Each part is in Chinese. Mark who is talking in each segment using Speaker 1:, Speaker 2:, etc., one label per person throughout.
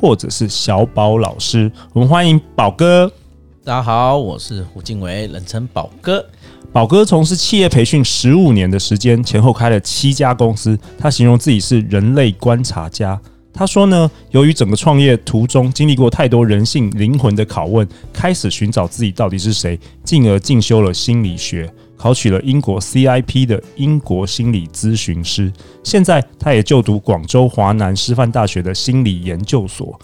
Speaker 1: 或者是小宝老师。我们欢迎宝哥。
Speaker 2: 大家好，我是胡敬伟，人称宝哥。
Speaker 1: 宝哥从事企业培训十五年的时间，前后开了七家公司。他形容自己是人类观察家。他说呢，由于整个创业途中经历过太多人性、灵魂的拷问，开始寻找自己到底是谁，进而进修了心理学，考取了英国 CIP 的英国心理咨询师。现在他也就读广州华南师范大学的心理研究所。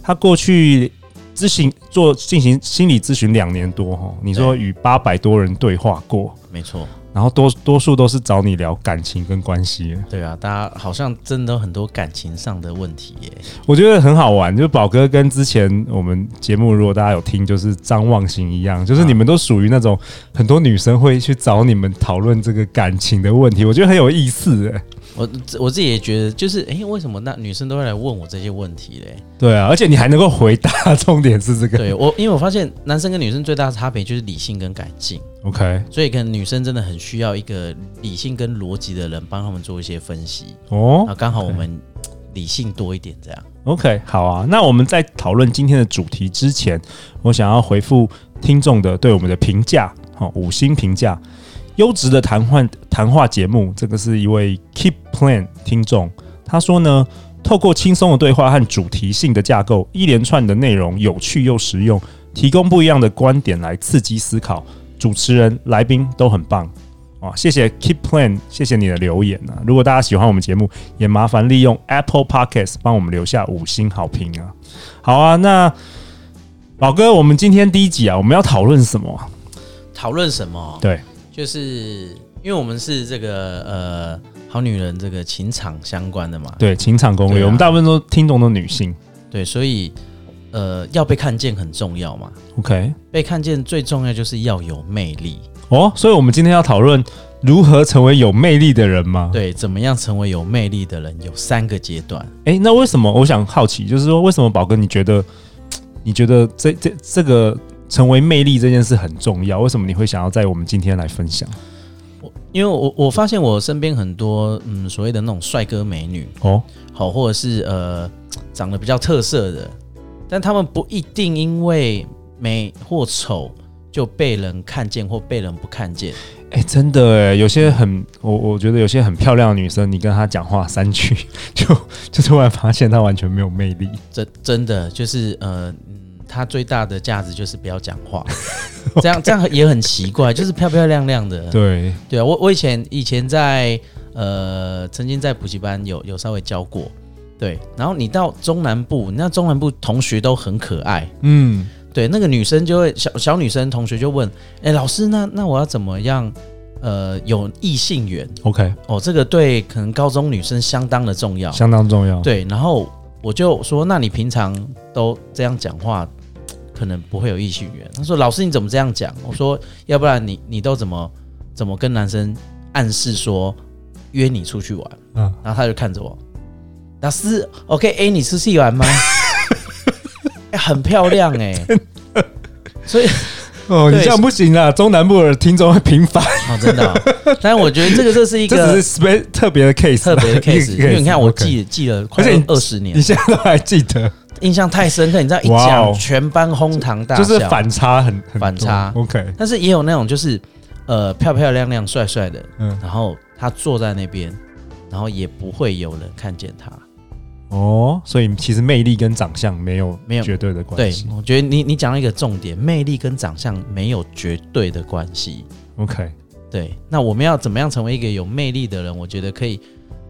Speaker 1: 他过去咨询做进行心理咨询两年多哈，你说与八百多人对话过，
Speaker 2: 没错，
Speaker 1: 然后多多数都是找你聊感情跟关系，
Speaker 2: 对啊，大家好像真的有很多感情上的问题耶。
Speaker 1: 我觉得很好玩。就是宝哥跟之前我们节目，如果大家有听，就是张望行一样，就是你们都属于那种很多女生会去找你们讨论这个感情的问题，我觉得很有意思哎。
Speaker 2: 我我自己也觉得，就是诶，为什么那女生都会来问我这些问题嘞？
Speaker 1: 对啊，而且你还能够回答，重点是这个。
Speaker 2: 对我，因为我发现男生跟女生最大的差别就是理性跟感性，
Speaker 1: OK，
Speaker 2: 所以可能女生真的很需要一个理性跟逻辑的人帮他们做一些分析。
Speaker 1: 哦
Speaker 2: 啊，刚好我们理性多一点，这样。
Speaker 1: OK，好啊。那我们在讨论今天的主题之前，我想要回复听众的对我们的评价，好、五星评价。优质的谈话谈话节目，这个是一位 Keep Plan 听众，他说呢，透过轻松的对话和主题性的架构，一连串的内容有趣又实用，提供不一样的观点来刺激思考。主持人、来宾都很棒。哇，谢谢 Keep Plan，谢谢你的留言啊！如果大家喜欢我们节目，也麻烦利用 Apple Podcast 帮我们留下五星好评啊！好啊，那老哥，我们今天第一集啊，我们要讨论什么啊？
Speaker 2: 讨论什么？
Speaker 1: 对，
Speaker 2: 就是因为我们是这个呃好女人这个情场相关的嘛，
Speaker 1: 对，情场攻略，
Speaker 2: 对啊
Speaker 1: 我们大部分都听懂的女性。
Speaker 2: 对，所以呃，要被看见很重要嘛。
Speaker 1: OK，
Speaker 2: 被看见最重要就是要有魅力，
Speaker 1: 哦，所以我们今天要讨论如何成为有魅力的人吗？，
Speaker 2: 对，怎么样成为有魅力的人？有三个阶段。
Speaker 1: 诶，那为什么？我想好奇，就是说为什么宝哥你觉得，你觉得这这这个成为魅力这件事很重要？为什么你会想要在我们今天来分享？
Speaker 2: 我因为我我发现我身边很多嗯所谓的那种帅哥美女，
Speaker 1: 哦，
Speaker 2: 好，或者是呃长得比较特色的，但他们不一定因为美或丑就被人看见或被人不看见。
Speaker 1: 哎、真的哎，有些很我我觉得有些很漂亮的女生，你跟她讲话三句， 就就突然发现她完全没有魅力。
Speaker 2: 真真的就是呃，嗯，它最大的价值就是不要讲话， 这样这样也很奇怪，就是漂漂亮亮的。
Speaker 1: 对，
Speaker 2: 对啊，我我以前以前在呃，曾经在补习班有有稍微教过，对。然后你到中南部，那中南部同学都很可爱，
Speaker 1: 嗯，
Speaker 2: 对，那个女生就会小小女生同学就问，哎、老师，那那我要怎么样？呃，有异性缘
Speaker 1: OK，
Speaker 2: 哦，这个对可能高中女生相当的重要。
Speaker 1: 相当重要。
Speaker 2: 对，然后我就说，那你平常都这样讲话，可能不会有异性缘。他说，老师你怎么这样讲？我说，要不然你你都怎么怎么跟男生暗示说约你出去玩？
Speaker 1: 嗯，
Speaker 2: 然后他就看着我，老师，OK，A 你出去玩吗？ 哎很漂亮哎、所以
Speaker 1: 哦，你
Speaker 2: 对
Speaker 1: 这样不行啦，中南部的听众会频繁，
Speaker 2: 哦，真的哦、但我觉得这个这是一
Speaker 1: 这只
Speaker 2: 个
Speaker 1: 是 spe 特别的 case，
Speaker 2: 特别的 case，
Speaker 1: 一
Speaker 2: 因
Speaker 1: 个
Speaker 2: 为你看我
Speaker 1: OK
Speaker 2: 记记了快
Speaker 1: 而且你
Speaker 2: 二十年
Speaker 1: 你，现在都还记得，
Speaker 2: 印象太深刻。你知道一
Speaker 1: 哇哦
Speaker 2: 讲，全班哄堂大
Speaker 1: 就
Speaker 2: 笑，
Speaker 1: 是反差很很多
Speaker 2: 反差
Speaker 1: OK，
Speaker 2: 但是也有那种就是，呃，漂漂亮亮、帅帅的，
Speaker 1: 嗯，
Speaker 2: 然后他坐在那边，然后也不会有人看见他。
Speaker 1: 哦，所以其实魅力跟长相没有
Speaker 2: 没有
Speaker 1: 绝对的
Speaker 2: 对
Speaker 1: 关系。，
Speaker 2: 我觉得你你讲到一个重点，魅力跟长相没有绝对的关系。
Speaker 1: OK，
Speaker 2: 对，那我们要怎么样成为一个有魅力的人？我觉得可以，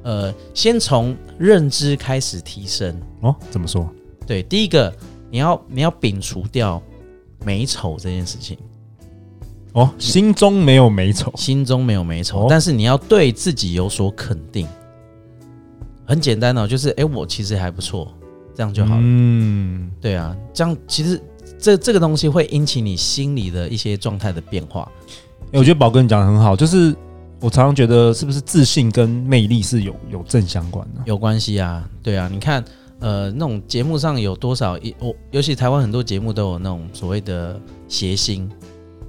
Speaker 2: 呃，先从认知开始提升。
Speaker 1: 哦，怎么说？
Speaker 2: 对，第一个你要你要摒除掉美丑这件事情，
Speaker 1: 哦，心中没有美丑。
Speaker 2: 心中没有美丑，
Speaker 1: 哦
Speaker 2: 但是你要对自己有所肯定。很简单哦，就是哎、诶我其实还不错，这样就好了。
Speaker 1: 嗯，
Speaker 2: 对啊，这样其实这这个东西会引起你心里的一些状态的变化。
Speaker 1: 欸我觉得宝哥你讲的很好，就是我常常觉得是不是自信跟魅力是有有正相关的、
Speaker 2: 有关系啊，对啊，你看，呃，那种节目上有多少一我，尤其台湾很多节目都有那种所谓的谐星，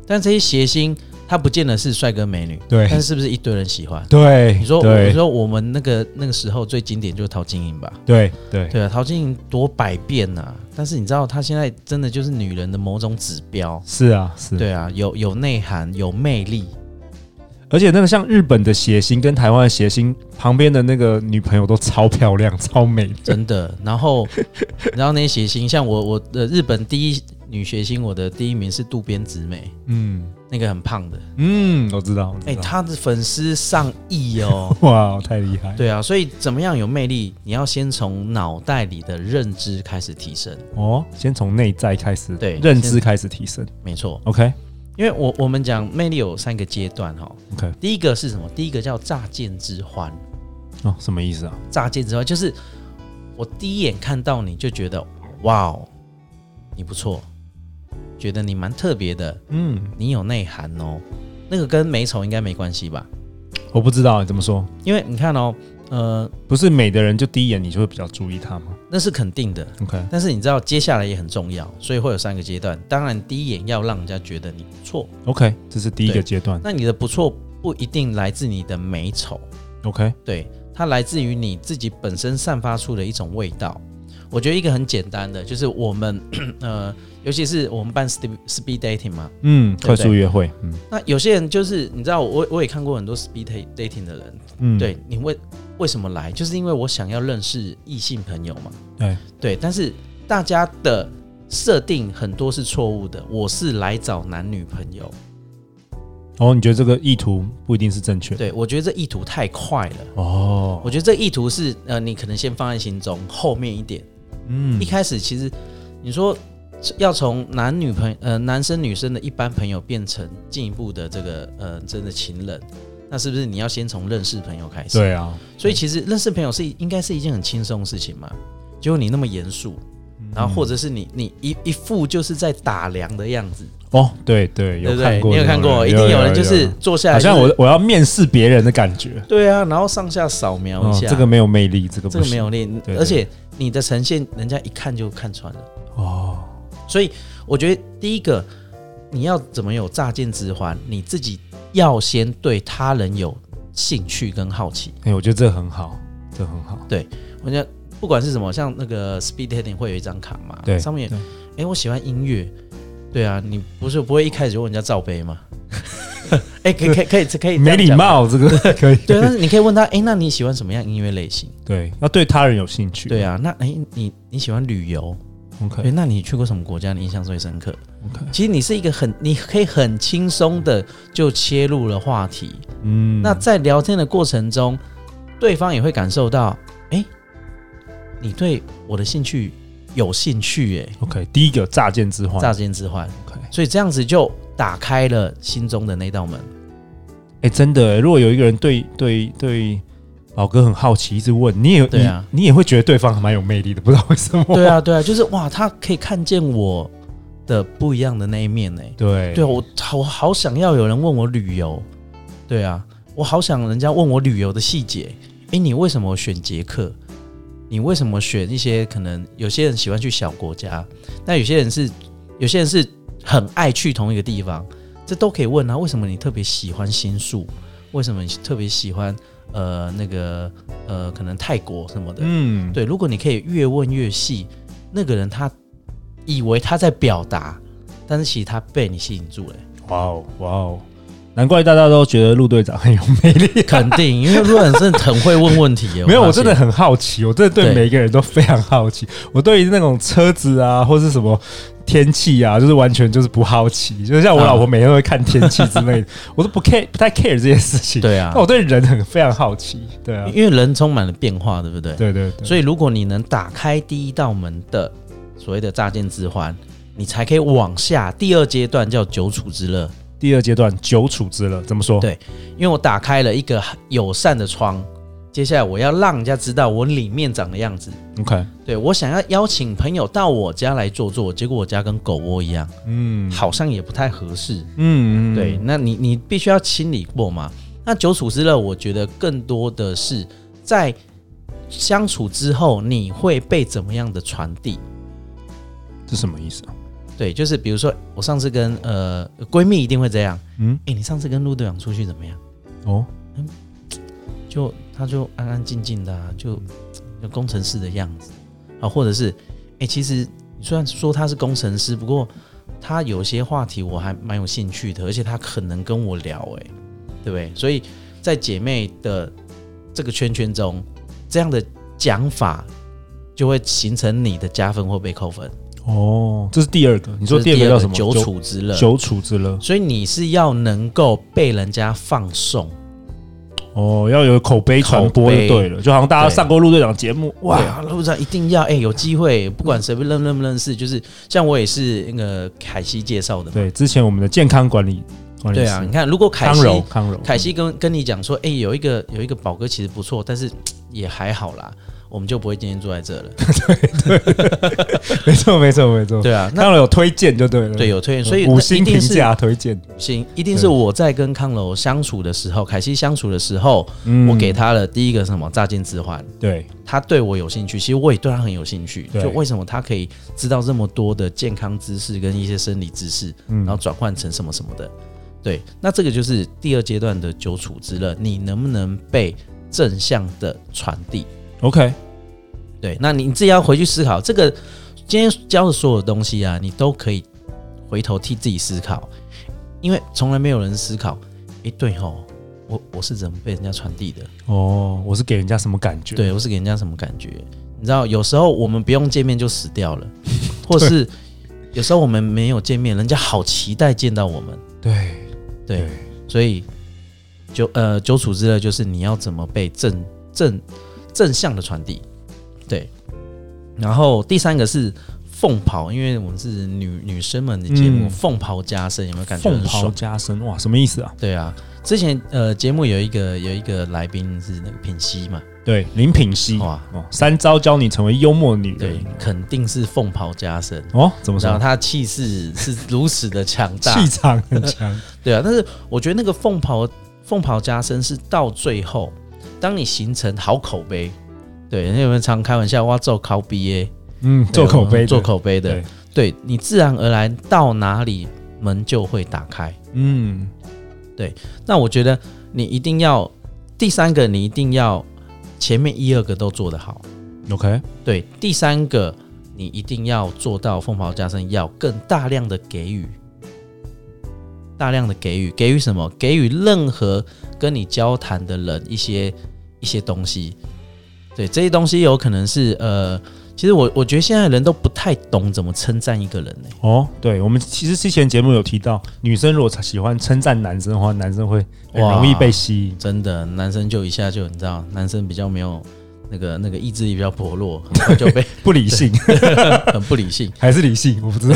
Speaker 2: 但这些谐星他不见得是帅哥美女，
Speaker 1: 对
Speaker 2: 但是是不是一堆人喜欢？
Speaker 1: 对，
Speaker 2: 你说，我
Speaker 1: 对
Speaker 2: 说我们那个那个时候最经典就是陶晶莹吧？
Speaker 1: 对对
Speaker 2: 对啊，陶晶莹多百变呐、但是你知道她现在真的就是女人的某种指标，
Speaker 1: 是啊是。
Speaker 2: 对啊，有有内涵，有魅力，
Speaker 1: 而且那个像日本的谐星跟台湾的谐星旁边的那个女朋友都超漂亮、超美的，
Speaker 2: 真 的。然后，然后那些谐星，像我我的日本第一女谐星，我的第一名是渡边直美，
Speaker 1: 嗯
Speaker 2: 那个很胖的，
Speaker 1: 嗯，我知道，我
Speaker 2: 哎、
Speaker 1: 知道，。
Speaker 2: 她的粉丝上亿哦
Speaker 1: 哇，太厉害，
Speaker 2: 对啊，所以怎么样有魅力，你要先从脑袋里的认知开始提升。
Speaker 1: 哦，先从内在开始，
Speaker 2: 对
Speaker 1: 认知
Speaker 2: 先
Speaker 1: 开始提升
Speaker 2: 没错，
Speaker 1: ，OK
Speaker 2: 因为我我们讲魅力有三个阶段哈、
Speaker 1: OK，
Speaker 2: 第一个是什么？第一个叫乍见之欢，
Speaker 1: 哦，什么意思啊？
Speaker 2: 乍见之欢就是我第一眼看到你就觉得哇哦，你不错，觉得你蛮特别的，
Speaker 1: 嗯，
Speaker 2: 你有内涵哦。那个跟美丑应该没关系吧？
Speaker 1: 我不知道你怎么说，
Speaker 2: 因为你看哦，呃，
Speaker 1: 不是美的人就第一眼你就会比较注意他吗
Speaker 2: 那是肯定的，
Speaker 1: ？OK，
Speaker 2: 但是你知道接下来也很重要，所以会有三个阶段。当然，第一眼要让人家觉得你不错，
Speaker 1: OK，这是第一个
Speaker 2: 对
Speaker 1: 阶段。
Speaker 2: 那你的不错不一定来自你的美丑，
Speaker 1: OK，
Speaker 2: 对，它来自于你自己本身散发出的一种味道。我觉得一个很简单的，就是我们 呃，尤其是我们办 speed speed dating 嘛，
Speaker 1: 嗯，
Speaker 2: 对
Speaker 1: 快速约会，嗯
Speaker 2: 那有些人就是你知道我，我也看过很多 speed dating 的人，
Speaker 1: 嗯，
Speaker 2: 对你为为什么来，就是因为我想要认识异性朋友嘛。
Speaker 1: 对
Speaker 2: 对，但是大家的设定很多是错误的。我是来找男女朋友，
Speaker 1: 哦，你觉得这个意图不一定是正确？
Speaker 2: 对我觉得这意图太快了。
Speaker 1: 哦，
Speaker 2: 我觉得这意图是呃，你可能先放在心中，后面一点。
Speaker 1: 嗯
Speaker 2: 一，开始其实你说要从男女朋呃男生女生的一般朋友变成进一步的这个呃真的情人，那是不是你要先从认识朋友开始？
Speaker 1: 对啊，
Speaker 2: 所以其实认识朋友是应该是一件很轻松的事情嘛，结果你那么严肃，
Speaker 1: 嗯
Speaker 2: 然后或者是你你一一副就是在打量的样子，
Speaker 1: 哦，对对，
Speaker 2: 对
Speaker 1: 有
Speaker 2: 不对
Speaker 1: 看？过，
Speaker 2: 你有看过？一定有人就是坐下来
Speaker 1: 好
Speaker 2: 就是，
Speaker 1: 像我我要面试别人的感觉，
Speaker 2: 对啊，然后上下扫描一
Speaker 1: 哦
Speaker 2: 下，
Speaker 1: 这个没有魅力，这个
Speaker 2: 这
Speaker 1: 不
Speaker 2: 个没
Speaker 1: 行
Speaker 2: 有练
Speaker 1: 对，对
Speaker 2: 而且你的呈现人家一看就看穿了，
Speaker 1: 哦，
Speaker 2: 所以我觉得第一个你要怎么有乍见之欢，你自己要先对他人有兴趣跟好奇。
Speaker 1: 哎，我觉得这很好，这很好，
Speaker 2: 我觉得不管是什么，像那个 speed dating 会有一张卡嘛，
Speaker 1: 对，
Speaker 2: 上面
Speaker 1: 对
Speaker 2: 哎、我喜欢音乐，对啊，你不是不会一开始就问人家罩杯吗？ 哎、可以可以可以可以，
Speaker 1: 没礼。貌，这个 可以，
Speaker 2: 对，但是你可以问他，哎、那你喜欢什么样音乐类型？
Speaker 1: 对，要对他人有兴趣，
Speaker 2: 对啊，那哎、诶你你喜欢旅游？对，
Speaker 1: ，OK
Speaker 2: 那你去过什么国家？你印象最深刻？
Speaker 1: OK，
Speaker 2: 其实你是一个很，你可以很轻松的就切入了话题。
Speaker 1: 嗯，
Speaker 2: 那在聊天的过程中，对方也会感受到，哎、你对我的兴趣有兴趣、诶
Speaker 1: OK，第一个乍见之欢
Speaker 2: 哎，乍见之欢。
Speaker 1: ，OK，
Speaker 2: 所以这样子就打开了心中的那道门。
Speaker 1: 哎，真的，如果有一个人对对对老哥很好奇，一直问，你也
Speaker 2: 对啊
Speaker 1: 你你也会觉得对方还蛮有魅力的，不知道为什么。
Speaker 2: 对啊，对啊，就是哇，他可以看见我的不一样的那一面呢。
Speaker 1: 对
Speaker 2: 对啊，我好我好想要有人问我旅游，对啊，我好想人家问我旅游的细节。诶，你为什么选捷克？你为什么选一些可能有些人喜欢去小国家，那有些人是有些人是很爱去同一个地方，这都可以问啊。为什么你特别喜欢新宿？为什么你特别喜欢呃那个呃可能泰国什么的？
Speaker 1: 嗯，
Speaker 2: 对，如果你可以越问越细，那个人他以为他在表达，但是其实他被你吸引住 了，
Speaker 1: 哇哦哇哦，难怪大家都觉得陆队长很有魅力。
Speaker 2: 肯定，因为陆人真的很会问问题 耶。
Speaker 1: 没有，
Speaker 2: 发
Speaker 1: 我真的
Speaker 2: 现
Speaker 1: 很好奇，我真的对
Speaker 2: 对
Speaker 1: 每一个人都非常好奇。我对于那种车子啊，或是什么天气啊，就是完全就是不好奇。就像我
Speaker 2: 啊
Speaker 1: 老婆每天都会看天气之 类的，我都不 care 不太 care 这些事情。
Speaker 2: 对啊
Speaker 1: 但我对人很非常好奇。对啊，
Speaker 2: 因为人充满了变化，对不对？
Speaker 1: 对对对，
Speaker 2: 所以如果你能打开第一道门的所谓的乍见之欢，你才可以往下第二阶段叫久处之乐，
Speaker 1: 第二阶段久处之乐怎么说？
Speaker 2: 对因为我打开了一个友善的窗，接下来我要让人家知道我里面长的样子。
Speaker 1: OK，
Speaker 2: 对我想要邀请朋友到我家来坐坐，结果我家跟狗窝一样，
Speaker 1: 嗯
Speaker 2: 好像也不太合适。
Speaker 1: 嗯，嗯
Speaker 2: 对，，那你你必须要清理过嘛。那久处之乐，我觉得更多的是在相处之后，你会被怎么样的传递？
Speaker 1: 这什么意思啊？
Speaker 2: 对，就是比如说，我上次跟呃闺蜜一定会这样，
Speaker 1: 嗯，
Speaker 2: 诶，你上次跟陆队长出去怎么样？
Speaker 1: 哦，
Speaker 2: 就他就安安静静的、啊，就就工程师的样子啊，或者是诶，其实你虽然说他是工程师，不过他有些话题我还蛮有兴趣的，而且他很能跟我聊、诶，对不对？所以在姐妹的这个圈圈中，这样的讲法就会形成你的加分或被扣分。
Speaker 1: 哦，这是第二个，你说
Speaker 2: 这
Speaker 1: 第
Speaker 2: 是
Speaker 1: 二个叫什么？
Speaker 2: 久处之乐，
Speaker 1: 久处之乐。
Speaker 2: 所以你是要能够被人家放送，
Speaker 1: 哦，要有口碑传播就对了，就好像大家上过陆队长节目，
Speaker 2: 哇
Speaker 1: 哇，，
Speaker 2: 路上一定要哎、有机会，不管谁认认不认识，就是像我也是那个凯西介绍的嘛，
Speaker 1: 对，之前我们的健康管理管理
Speaker 2: 对
Speaker 1: 师
Speaker 2: 啊，你看如果凯
Speaker 1: 康柔
Speaker 2: 西
Speaker 1: 康柔，
Speaker 2: 凯西跟跟你讲说，哎、有一个有一个宝哥其实不错，但是嘖也还好啦，我们就不会今天坐在这了，
Speaker 1: 没错没错没错，
Speaker 2: 对啊，那
Speaker 1: 康柔有推荐就对了，
Speaker 2: 对有推荐，所以
Speaker 1: 五
Speaker 2: 那
Speaker 1: 星
Speaker 2: 一
Speaker 1: 评
Speaker 2: 定是
Speaker 1: 价推荐，
Speaker 2: 行，一定是我在跟康柔相处的时候，凯西相处的时候，
Speaker 1: 嗯
Speaker 2: 我给他了第一个什么乍见之欢，
Speaker 1: 对，
Speaker 2: 他对我有兴趣，其实我也对他很有兴趣。
Speaker 1: 对
Speaker 2: 就为什么他可以知道这么多的健康知识跟一些生理知识，
Speaker 1: 嗯
Speaker 2: 然后转换成什么什么的。对，那这个就是第二阶段的久处之乐，你能不能被正向的传递？
Speaker 1: OK，
Speaker 2: 对，那你自己要回去思考这个今天教的所有东西啊，你都可以回头替自己思考，因为从来没有人思考，诶，对吼，我我是怎么被人家传递的？
Speaker 1: 哦，我是给人家什么感觉？，
Speaker 2: 对我是给人家什么感觉？你知道，有时候我们不用见面就死掉了，或是有时候我们没有见面，人家好期待见到我们。
Speaker 1: 对
Speaker 2: 对，
Speaker 1: 对
Speaker 2: 所以久呃久处之乐就是你要怎么被正正正向的传递。对，然后第三个是凤袍，因为我们是女女生们的节目，
Speaker 1: 嗯
Speaker 2: 凤袍加身有没有感觉
Speaker 1: 凤
Speaker 2: 很
Speaker 1: 袍
Speaker 2: 爽？
Speaker 1: 加身，哇，什么意思啊？
Speaker 2: 对啊，之前呃节目有一个有一个来宾是那个品熙嘛，
Speaker 1: 对，林品熙，
Speaker 2: 哇，
Speaker 1: 哦，三招教你成为幽默女
Speaker 2: 对
Speaker 1: 人，，
Speaker 2: 肯定是凤袍加身。
Speaker 1: 哦，怎么
Speaker 2: 然后
Speaker 1: 说？
Speaker 2: 他气势是如此的强大，
Speaker 1: 气场很 强，
Speaker 2: 对啊。但是我觉得那个凤袍凤袍加身是到最后，当你形成好口碑，对，人家有没有常开玩笑哇做靠 BA
Speaker 1: 嗯， 做口碑的，
Speaker 2: 做口碑的
Speaker 1: 对，，
Speaker 2: 对你自然而然到哪里门就会打开。
Speaker 1: 嗯，
Speaker 2: 那我觉得你一定要第三个，你一定要前面一二个都做得好，
Speaker 1: OK，
Speaker 2: 对，第三个你一定要做到凤袍加身，要更大量的给予，大量的给予，给予什么？给予任何跟你交谈的人一些一些东西。对，这些东西有可能是呃，其实我我觉得现在人都不太懂怎么称赞一个人欸呢、
Speaker 1: 哦，对，我们其实之前节目有提到，女生如果喜欢称赞男生的话，男生会很
Speaker 2: 哇
Speaker 1: 容易被吸引。
Speaker 2: 真的，男生就一下就你知道，男生比较没有那个那个意志力比较薄弱，很快就被
Speaker 1: 不理性
Speaker 2: 很不理 性。
Speaker 1: 还是理性，我不知道。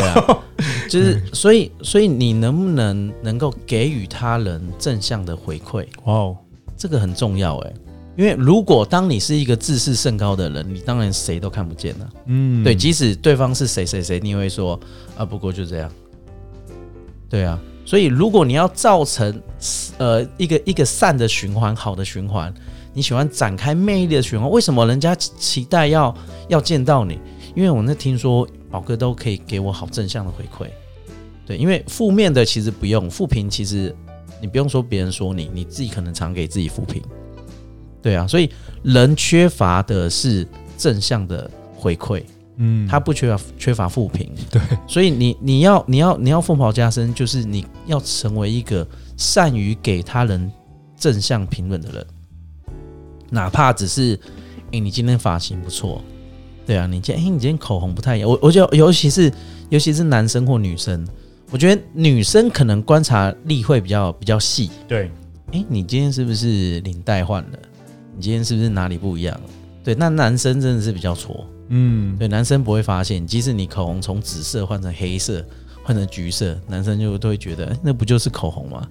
Speaker 2: 对啊，就是所以所以你能不能能够给予他人正向的回馈，
Speaker 1: 哇哦，
Speaker 2: 这个很重要哎、因为如果当你是一个自视甚高的人，你当然谁都看不见了、啊
Speaker 1: 嗯，
Speaker 2: 对，即使对方是谁谁谁，你也会说啊，不过就这样。对啊，所以如果你要造成呃一个一个善的循环，好的循环，你喜欢展开魅力的循环，为什么人家期期待要要见到你？因为我那听说宝哥都可以给我好正向的回馈。对，因为负面的其实不用，负评其实你不用说别人说你，你自己可能常给自己负评。对啊，所以人缺乏的是正向的回馈。
Speaker 1: 嗯，
Speaker 2: 他不缺乏缺乏负评，对，所以你你要你要你要凤袍加身，就是你要成为一个善于给他人正向评论的人，哪怕只是，诶、你今天发型不错，对啊，你今天、诶你今天口红不太一样，我我觉得尤其是尤其是男生或女生，我觉得女生可能观察力会比较比较细，
Speaker 1: 对，
Speaker 2: 哎、你今天是不是领带换了？你今天是不是哪里不一样了？对，那男生真的是比较挫。
Speaker 1: 嗯，
Speaker 2: 对，男生不会发现，即使你口红从紫色换成黑色，换成橘色，男生就都会觉得诶那不就是口红吗？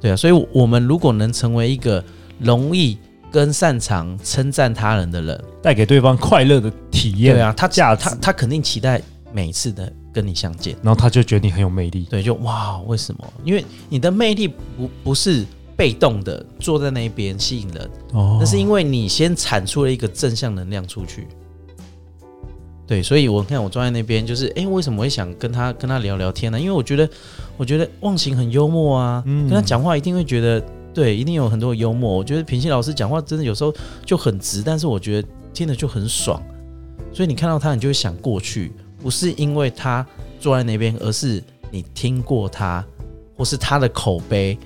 Speaker 2: 对啊，所以我们如果能成为一个容易跟擅长称赞他人的人，
Speaker 1: 带给对方快乐的体验，
Speaker 2: 对啊，他
Speaker 1: 价值
Speaker 2: 他他肯定期待每一次的跟你相见。
Speaker 1: 然后他就觉得你很有魅力。
Speaker 2: 对，就哇，为什么？因为你的魅力不不是被动的坐在那边吸引人，
Speaker 1: 哦
Speaker 2: 那是因为你先产出了一个正向能量出去。对，所以我看我坐在那边，就是哎、诶为什么会想跟他跟他聊聊天呢？因为我觉得，我觉得忘情很幽默啊，
Speaker 1: 嗯
Speaker 2: 跟他讲话一定会觉得对，一定有很多幽默。我觉得平西老师讲话真的有时候就很直，但是我觉得听了就很爽。所以你看到他，你就会想过去，不是因为他坐在那边，而是你听过他，或是他的口碑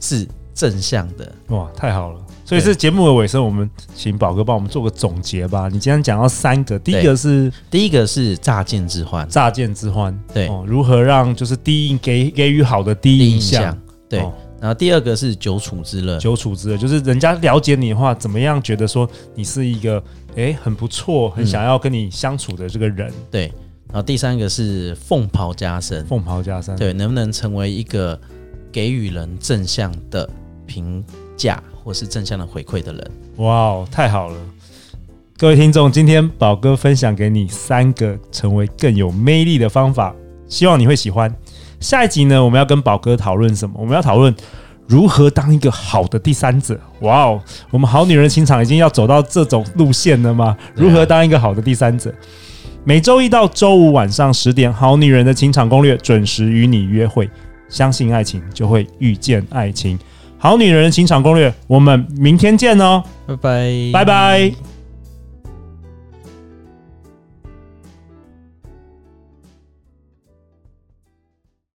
Speaker 2: 是正向的。
Speaker 1: 哇，太好了！所以是节目的尾声，我们请宝哥帮我们做个总结吧。你今天讲到三个，第一个是
Speaker 2: 第一个是乍见之欢，
Speaker 1: 乍见之欢，
Speaker 2: 对，
Speaker 1: 哦，如何让就是第一印给给予好的第
Speaker 2: 第
Speaker 1: 一
Speaker 2: 一
Speaker 1: 印
Speaker 2: 印
Speaker 1: 象
Speaker 2: 象，，对。
Speaker 1: 哦
Speaker 2: 然后第二个是久处之乐，
Speaker 1: 久处之乐，就是人家了解你的话，怎么样觉得说你是一个诶很不错、
Speaker 2: 嗯
Speaker 1: 很想要跟你相处的这个人，
Speaker 2: 对。然后第三个是凤袍加身，
Speaker 1: 凤袍加身，
Speaker 2: 对，能不能成为一个给予人正向的评价或是正向的回馈的人？
Speaker 1: 哇哦，太好了！各位听众，今天宝哥分享给你三个成为更有魅力的方法，希望你会喜欢。下一集呢，我们要跟宝哥讨论什么？我们要讨论如何当一个好的第三者。哇哦，我们好女人情场已经要走到这种路线了吗？
Speaker 2: 对啊
Speaker 1: 如何当一个好的第三者？每周一到周五晚上十点，《好女人的情场攻略》准时与你约会。相信爱情，就会遇见爱情。好女人的情场攻略，我们明天见哦。
Speaker 2: 拜拜，
Speaker 1: 拜拜。